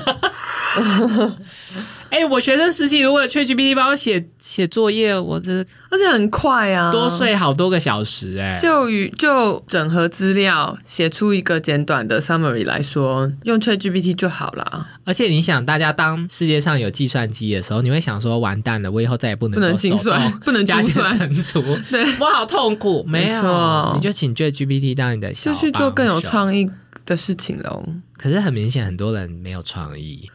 S1: 哎、我学生时期如果有 ChatGPT 帮我写写作业，我这
S2: 而且很快啊，
S1: 多睡好多个小时哎、
S2: 就与就整合资料，写出一个简短的 summary 来说，用 ChatGPT 就好啦。
S1: 而且你想，大家当世界上有计算机的时候，你会想说，完蛋了，我以后再也不能
S2: 不能
S1: 够
S2: 心
S1: 手动
S2: 算不 能
S1: 加
S2: 珠
S1: 减
S2: 算
S1: 乘除，
S2: 对，
S1: 我好痛苦。没有
S2: 错，
S1: 你就请 ChatGPT 当你的小
S2: 就去做更有
S1: 帮手。
S2: 创意的事情 喽。
S1: 可是很明显，很多人没有创意。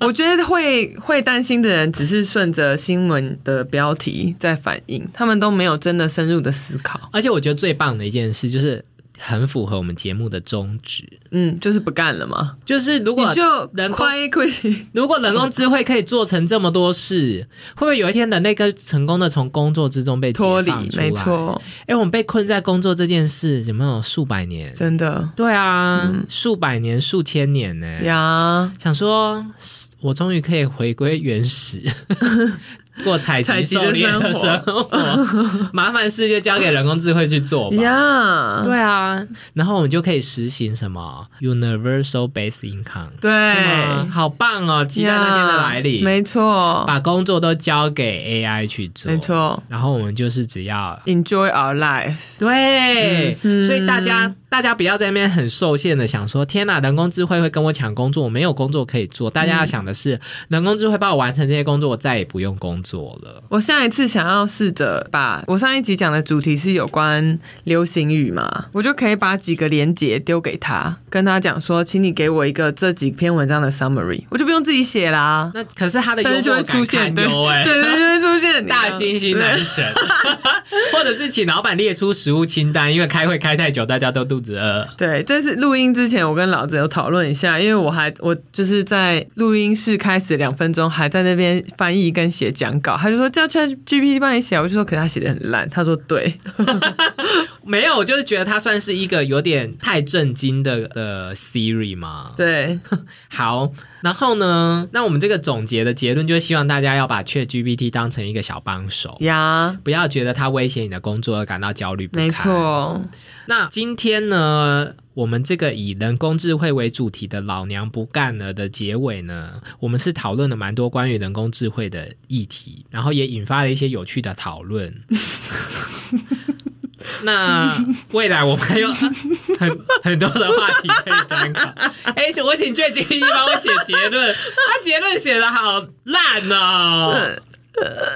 S2: 我觉得会会担心的人，只是顺着新闻的标题在反应，他们都没有真的深入的思考。
S1: 而且我觉得最棒的一件事就是。很符合我们节目的宗旨，
S2: 嗯，就是不干了嘛，
S1: 就是如
S2: 你
S1: 果
S2: 就
S1: 人工
S2: 快一快。
S1: 如果人工智慧可以做成这么多事，会不会有一天人类可以成功的从工作之中被解
S2: 脱
S1: 放
S2: 离，
S1: 出来
S2: 没。错，
S1: 哎，我们被困在工作这件事有没有数百年？
S2: 真的
S1: 对啊，
S2: 嗯
S1: 数百年、数千年呢、
S2: 呀，
S1: 想说，我终于可以回归原 始，过采集
S2: 采集
S1: 狩
S2: 的
S1: 猎的生
S2: 生
S1: 活，麻烦世界交给人工智慧去做吧。
S2: 呀，
S1: 对啊，然后我们就可以实行什么 universal base income，
S2: 对
S1: 是吗？好棒哦！期待那天的来临。
S2: 呀没错，
S1: 把工作都交给 AI 去做，
S2: 没。错
S1: 然后我们就是只要
S2: ，Enjoy our life，
S1: 对，
S2: 嗯
S1: 所以大家大家不要在那边很受限的想说，天哪，人工智慧会跟我抢工作，我没有工作可以做。大家要想的是，人工智慧帮我完成这些工作，我再也不用工作了。
S2: 我下一次想要试着把我上一集讲的主题是有关流行语嘛，我就可以把几个连结丢给他，跟他讲说，请你给我一个这几篇文章的 summary，我就不用自己写啦。
S1: 那可是他的幽
S2: 但是就
S1: 默
S2: 会
S1: 感
S2: 出现，
S1: 堪
S2: 对
S1: 忧哎
S2: 对。对，就会出现
S1: 大
S2: 猩
S1: 猩猩啊男神， 或者是请老板列出食物清单，因为开会开太久，大家都肚子饿。
S2: 对，这次录音之前，我跟老子有讨论一下，因为我还我就是在录音室开始两分钟，还在那边翻译跟写讲稿，他就说叫 Chat GPT 帮你写，我就说可是他写的很烂，他说对，
S1: 没有，我就是觉得他算是一个有点太震惊的的 Siri 嘛。
S2: 对，
S1: 好，然后呢，那我们这个总结的结论就是希望大家要把 ChatGPT 当成一个小帮手。
S2: 呀，
S1: 不要觉得它威胁你的工作而感到焦虑不堪。
S2: 没，错，
S1: 那今天呢，我们这个以人工智慧为主题的“老娘不干了”的结尾呢，我们是讨论了蛮多关于人工智慧的议题，然后也引发了一些有趣的讨论。 那未来我们还有很很多的话题可以参考。 哎、我请 j j 帮我写结论，他结论写的好烂 哦。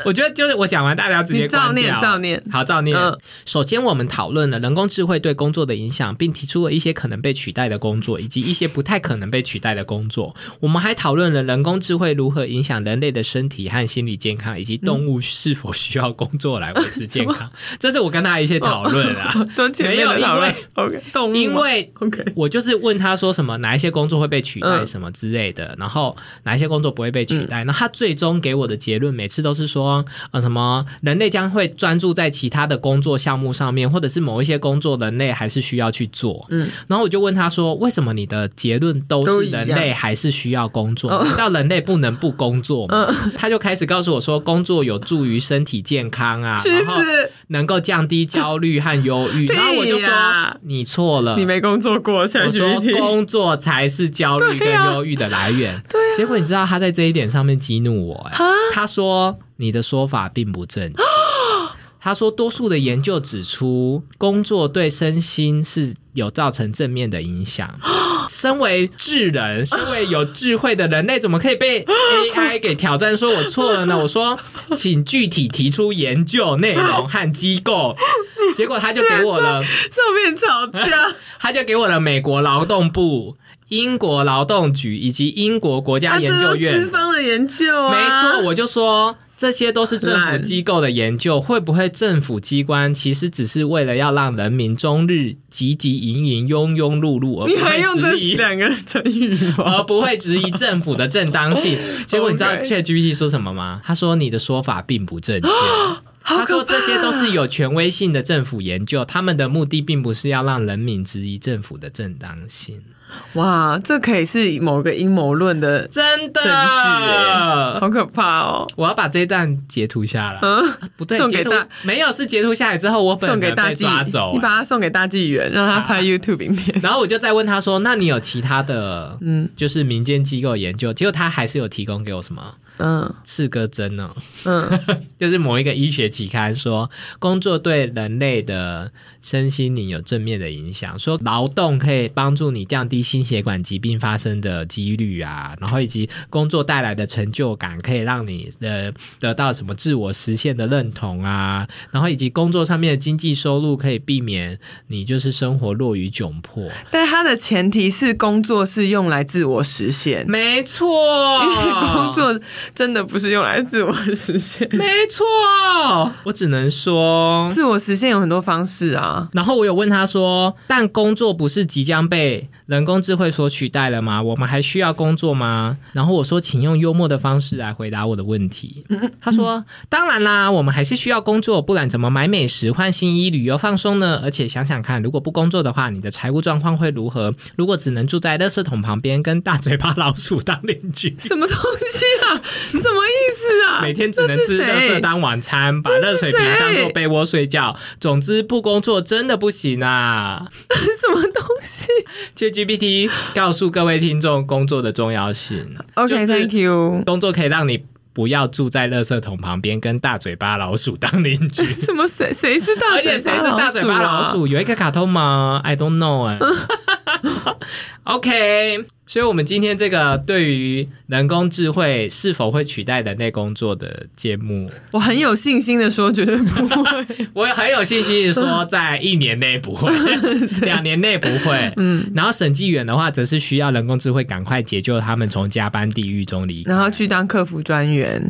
S1: 我觉得就是我讲完，大家直接
S2: 你照
S1: 关
S2: 念
S1: 掉
S2: 照念
S1: 好照念。
S2: 嗯
S1: 首先，我们讨论了人工智慧对工作的影响，并提出了一些可能被取代的工作，以及一些不太可能被取代的工作。我们还讨论了人工智慧如何影响人类的身体和心理健康，以及动物是否需要工作来维持健康。这是我跟他一些讨论啊。
S2: 都前面的讨论
S1: 没
S2: ，OK，动物吗，
S1: 因为啊
S2: OK，
S1: 我就是问他说什么哪一些工作会被取代
S2: 嗯
S1: 什么之类的，然后哪一些工作不会被取代。那、他最终给我的结论，每次都是说，呃，什么人类将会专注在其他的工作项目上面，或者是某一些工作人类还是需要去做。嗯
S2: 嗯，
S1: 然后我就问他说，为什么你的结论都
S2: 都
S1: 是
S2: 一样
S1: 人类还是需要工作？难道人类不能不工作吗？
S2: 哦
S1: 他就开始告诉我说，工作有助于身体健康啊，
S2: 去
S1: 然后
S2: 死，
S1: 能够降低焦虑和忧郁。然后我就
S2: 屁
S1: 说
S2: 呀，
S1: 你错了，
S2: 你没工作过
S1: 我说
S2: ChatGPT，
S1: 工作才是焦虑跟忧郁的来源。对、结果你知道他在这一点上面激怒我、哎，他说你的说法并不正确。他说，多数的研究指出，工作对身心是有造成正面的影响。身为智人，身为有智慧的人类，怎么可以被 AI 给挑战？说我错了呢？我说，请具体提出研究内容和机构。结果他就给我了。
S2: 上面吵 架，
S1: 他就给我了美国劳动部、英国劳动局以及英国国家
S2: 啊，
S1: 研
S2: 这
S1: 究
S2: 都
S1: 院
S2: 资。方的研究啊，
S1: 没错，我就说这些都是政府
S2: 烂
S1: 机构的研究，会不会政府机关其实只是为了要让人民终日汲汲营营、庸庸碌碌，而
S2: 你
S1: 不
S2: 还用这啊
S1: 会质疑，呃
S2: 两个成语吗？
S1: 而不会质疑政府的正当性？结果你知 道
S2: OK
S1: ChatGPT 说什么吗？他说你的说法并不 正确。
S2: 啊
S1: 他说：“这些都是有权威性的政府研究，他们的目的并不是要让人民质疑政府的正当性。
S2: 哇，这可以是某个阴谋论的”，
S1: 真的，
S2: 证
S1: 呃
S2: 据好可怕哦！
S1: 我要把这一段截图下来。
S2: 嗯，
S1: 不对，
S2: 送
S1: 截
S2: 给
S1: 图
S2: 大
S1: 没有是截图下来之后，我本
S2: 送给
S1: 人
S2: 大
S1: 被
S2: 纪
S1: 抓走，，啊
S2: 你把它送给大纪元，让他 拍 YouTube 影片。
S1: 然后我就再问他说：“那你有其他的，嗯
S2: 嗯，
S1: 就是民间机构研究？”结果他还是有提供给我什么
S2: 嗯
S1: 刺胳针呢？
S2: 嗯，
S1: 就是某一个医学期刊说，工作对人类的身心灵有正面的影响，说劳动可以帮助你降低心血管疾病发生的几率啊，然后以及工作带来的成就感，可以让你呃得到什么自我实现的认同啊，然后以及工作上面的经济收入可以避免你就是生活落于窘迫。
S2: 但它的前提是工作是用来自我实现，
S1: 没 错，
S2: 因为工作真的不是用来自我实现。
S1: 没错， 我只能说
S2: 自我实现有很多方式啊，
S1: 然后我有问他说：“但工作不是即将被人工智慧所取代了吗？我们还需要工作吗？”然后我说：“请用幽默的方式来回答我的问题。”他说：“当然啦，我们还是需要工作，不然怎么买美食、换新衣、旅游、放松呢？而且想想看，如果不工作的话，你的财务状况会如何？如果只能住在垃圾桶旁边，跟大嘴巴老鼠当邻居。”
S2: 什么东西啊？什么意思啊？
S1: 每天只能吃
S2: 这
S1: 热
S2: 是
S1: 色
S2: 谁
S1: 当晚餐，把热水瓶当做被窝睡觉。总之不工作真的不行啊！
S2: 什么东 西
S1: ChatGPT 告诉各位听众工作的重要性，就是
S2: ？OK，Thank、you。
S1: 工作可以让你不要住在垃圾桶旁边，跟大嘴巴老鼠当邻居。
S2: 什么谁谁是 大
S1: 而
S2: 嘴
S1: 且
S2: 巴哦
S1: 谁是大嘴巴
S2: 老
S1: 老
S2: 鼠啊？
S1: 鼠？有一个卡通吗？I don't know 哎、OK，所以我们今天这个对于人工智慧是否会取代人类工作的节 目，
S2: 我很有信心的说，绝对不会。
S1: 我很有信心地说，在一年内不会，两年内不会。嗯，然后审计员的话，则是需要人工智慧赶快解救他们从加班地狱中离开。
S2: 然后去当客服专员，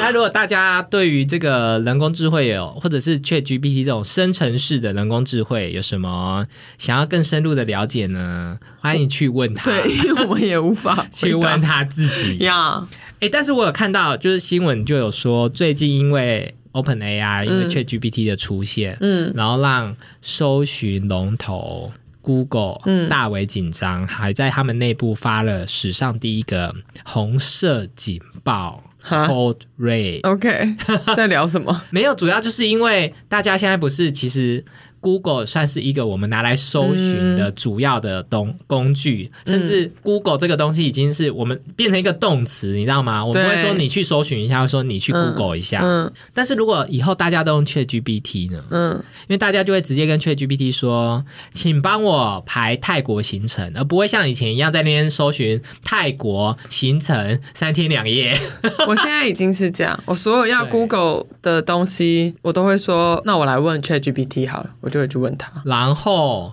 S1: 那如果大家对于这个人工智慧有，或者是 ChatGPT 这种生成式的人工智慧有什么想要更深入的了解呢？欢迎去问他，
S2: 对， 因为我们也无法回答
S1: 去问他自己。
S2: 呀。
S1: 哎、但是我有看到，就是新闻就有说，最近因为 Open AI 因为
S2: 嗯
S1: Chat GPT 的出现，
S2: 嗯
S1: 然后让搜寻龙头 Google
S2: 嗯
S1: 大为紧张，还在他们内部发了史上第一个红色警报
S2: 哈
S1: Code Red。
S2: ，OK，在聊什么？
S1: 没有，主要就是因为大家现在不是其实。Google 算是一个我们拿来搜寻的主要的东工具，甚至
S2: 嗯
S1: Google 这个东西已经是我们变成一个动词，你知道吗？我们不会
S2: 对
S1: 说你去搜寻一下，会说你去
S2: 嗯
S1: Google 一下。
S2: 嗯
S1: 但是如果以后大家都用 ChatGPT 呢？
S2: 嗯，
S1: 因为大家就会直接跟 ChatGPT 说，请帮我排泰国行程，而不会像以前一样在那边搜寻泰国行程三天两夜。
S2: 我现在已经是这样，我所有要
S1: 对
S2: Google 的东西，我都会说，那我来问 ChatGPT 好了，我就会去问他。
S1: 然后，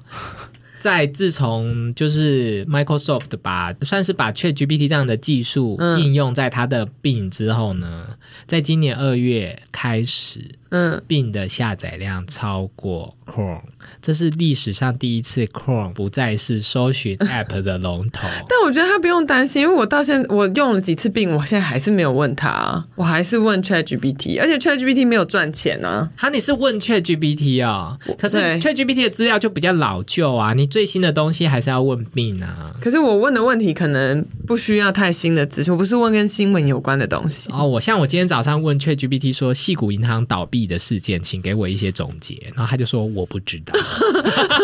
S1: 在自从就是 Microsoft 把算是把 ChatGPT 这样的技术
S2: 嗯
S1: 应用在它的病之后呢，在今年二月开始，
S2: 嗯，
S1: 病的下载量超过 Chrome，这是历史上第一次 Chrome 不再是搜寻 App 的龙头。
S2: 但我觉得他不用担心，因为我到现在我用了几次病，我现在还是没有问他啊，我还是问 ChatGPT，而且 ChatGPT 没有赚钱啊。
S1: 哈，你是问 ChatGPT 哦，可是
S2: 对
S1: ChatGPT 的资料就比较老旧啊，你最新的东西还是要问病啊。
S2: 可是我问的问题可能不需要太新的资讯，我不是问跟新闻有关的东西。
S1: 哦，我像我今天早上问 ChatGPT 说，系谷银行倒闭的事件，请给我一些总结。然后他就说我不知道。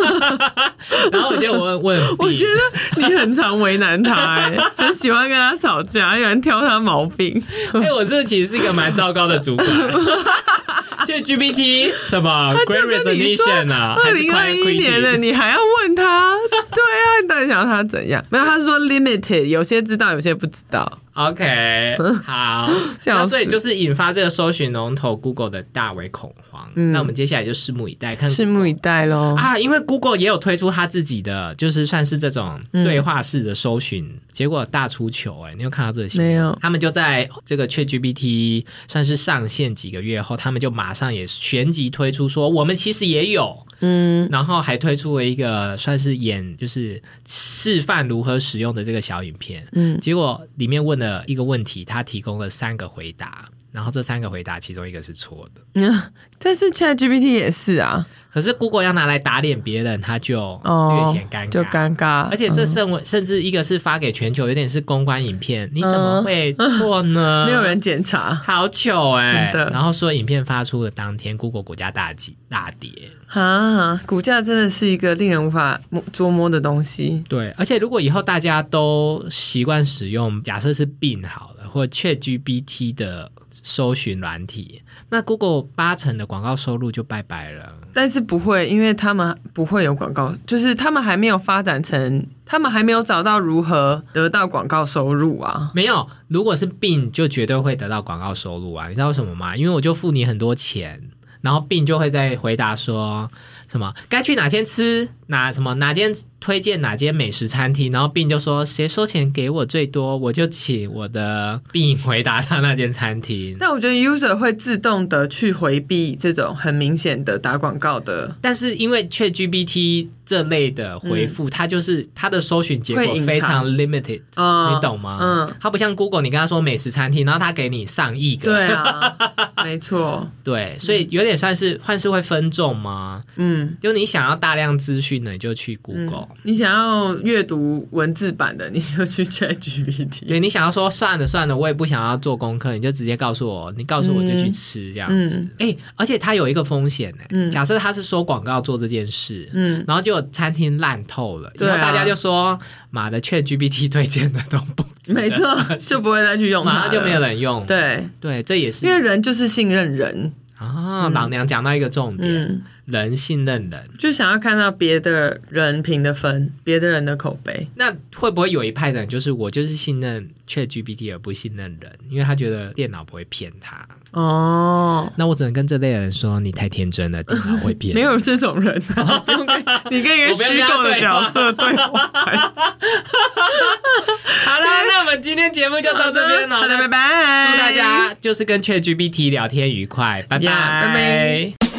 S1: 然后我就问问
S2: 我觉
S1: B，
S2: 得你很常为难他、 欸，很喜欢跟他吵架，喜欢挑他毛病。
S1: 哎、我这其实是一个蛮糟糕的主 管。ChatGPT 什么 Great
S2: 就跟你说
S1: Resignation 啊，
S2: 二
S1: 还是
S2: 零二
S1: Quiet
S2: 一年了，
S1: Quitting
S2: 你还要问 他？对啊，你到底想要他怎样？没有，他是说 limited，有些知道，有些不知道。
S1: OK，好，
S2: 笑
S1: 那所以
S2: 死
S1: 就是引发这个搜寻龙头 Google 的大为恐慌。那我们接下来就拭目以待，看
S2: 嗯拭目以待喽。
S1: 啊，因为 Google 也有推出它自己的，就是算是这种
S2: 嗯
S1: 对话式的搜寻，结果大出糗哎、你有看到这个新闻
S2: 没有
S1: 他们就在这个 ChatGPT 算是上线几个月后，他们就马上也旋即推出说，我们其实也有，
S2: 嗯，
S1: 然后还推出了一个算是演就是示范如何使用的这个小影片，
S2: 嗯，
S1: 结果里面问了一个问题，他提供了三个回答，然后这三个回答其中一个是错的。
S2: 但是 ChatGPT 也是啊，
S1: 可是 Google 要拿来打脸别人，他就略
S2: 哦
S1: 显尴尬，，
S2: 就尴尬，
S1: 而且这
S2: 嗯
S1: 甚为甚至一个是发给全球，有点是公关影片，你怎么会错呢？
S2: 嗯 没有人检查
S1: 好糗哎、
S2: 真的
S1: 然后说影片发出的当天，Google 股价大起大跌。
S2: 啊，股价真的是一个令人无法摸捉摸的东西。
S1: 对，而且如果以后大家都习惯使用，假设是病好了，或 ChatGPT 的搜寻软体，那 Google 八成的广告收入就拜拜了。
S2: 但是不会，因为他们不会有广告，就是他们还没有发展成，他们还没有找到如何得到广告收入啊。
S1: 没有，如果是病，就绝对会得到广告收入啊！你知道为什么吗？因为我就付你很多钱，然后病就会在回答说什么该去哪间吃哪什么哪间推荐哪间美食餐厅，然后病就说谁收钱给我最多，我就请我的病回答他那间餐厅。
S2: 但我觉得 user 会自动的去回避这种很明显的打广告的，
S1: 但是因为 ChatGPT 这类的回复，它就是它的搜寻结果
S2: 嗯会隐藏
S1: 非常 limited，
S2: 嗯，
S1: 你懂吗？
S2: 嗯，
S1: 它不像 Google，你跟他说美食餐厅，然后它给你上亿个，
S2: 对 啊，没错，
S1: 对，所以有点算是算是会分众吗？
S2: 嗯，
S1: 就你想要大量资讯呢，你就去 Google；、
S2: 你想要阅读文字版的，你就去 ChatGPT。
S1: 对你想要说算了算了，我也不想要做功课，你就直接告诉我，你告诉我就去吃这样子。哎、而且它有一个风险呢、
S2: 嗯
S1: 假设他是收广告做这件事。
S2: 嗯，
S1: 然后就餐厅烂透了，
S2: 对啊
S1: 然后大家就说妈的，Chat GPT 推荐的都不值得
S2: 没错，就不会再去用它了，
S1: 马上就没有人用。
S2: 对，
S1: 对，这也是
S2: 因为人就是信任人，
S1: 啊，老娘讲到一个重点，
S2: 嗯，
S1: 人信任人。
S2: 就想要看到别的人评的分，别的人的口碑。
S1: 那会不会有一派的人，就是我就是信任 ChatGPT 而不信任人，因为他觉得电脑不会骗他？
S2: 哦，
S1: 那我只能跟这类人说，你太天真了，电脑会骗。
S2: 没，有这种人，啊 不用跟你跟一个
S1: 我不要跟
S2: 虚
S1: 他
S2: 构的角色对话。
S1: 好啦，那我们今天节目就到这边了。
S2: 好的，拜拜，
S1: 祝大家就是跟 ChatGPT 聊天愉快，拜拜，
S2: Yeah，拜拜。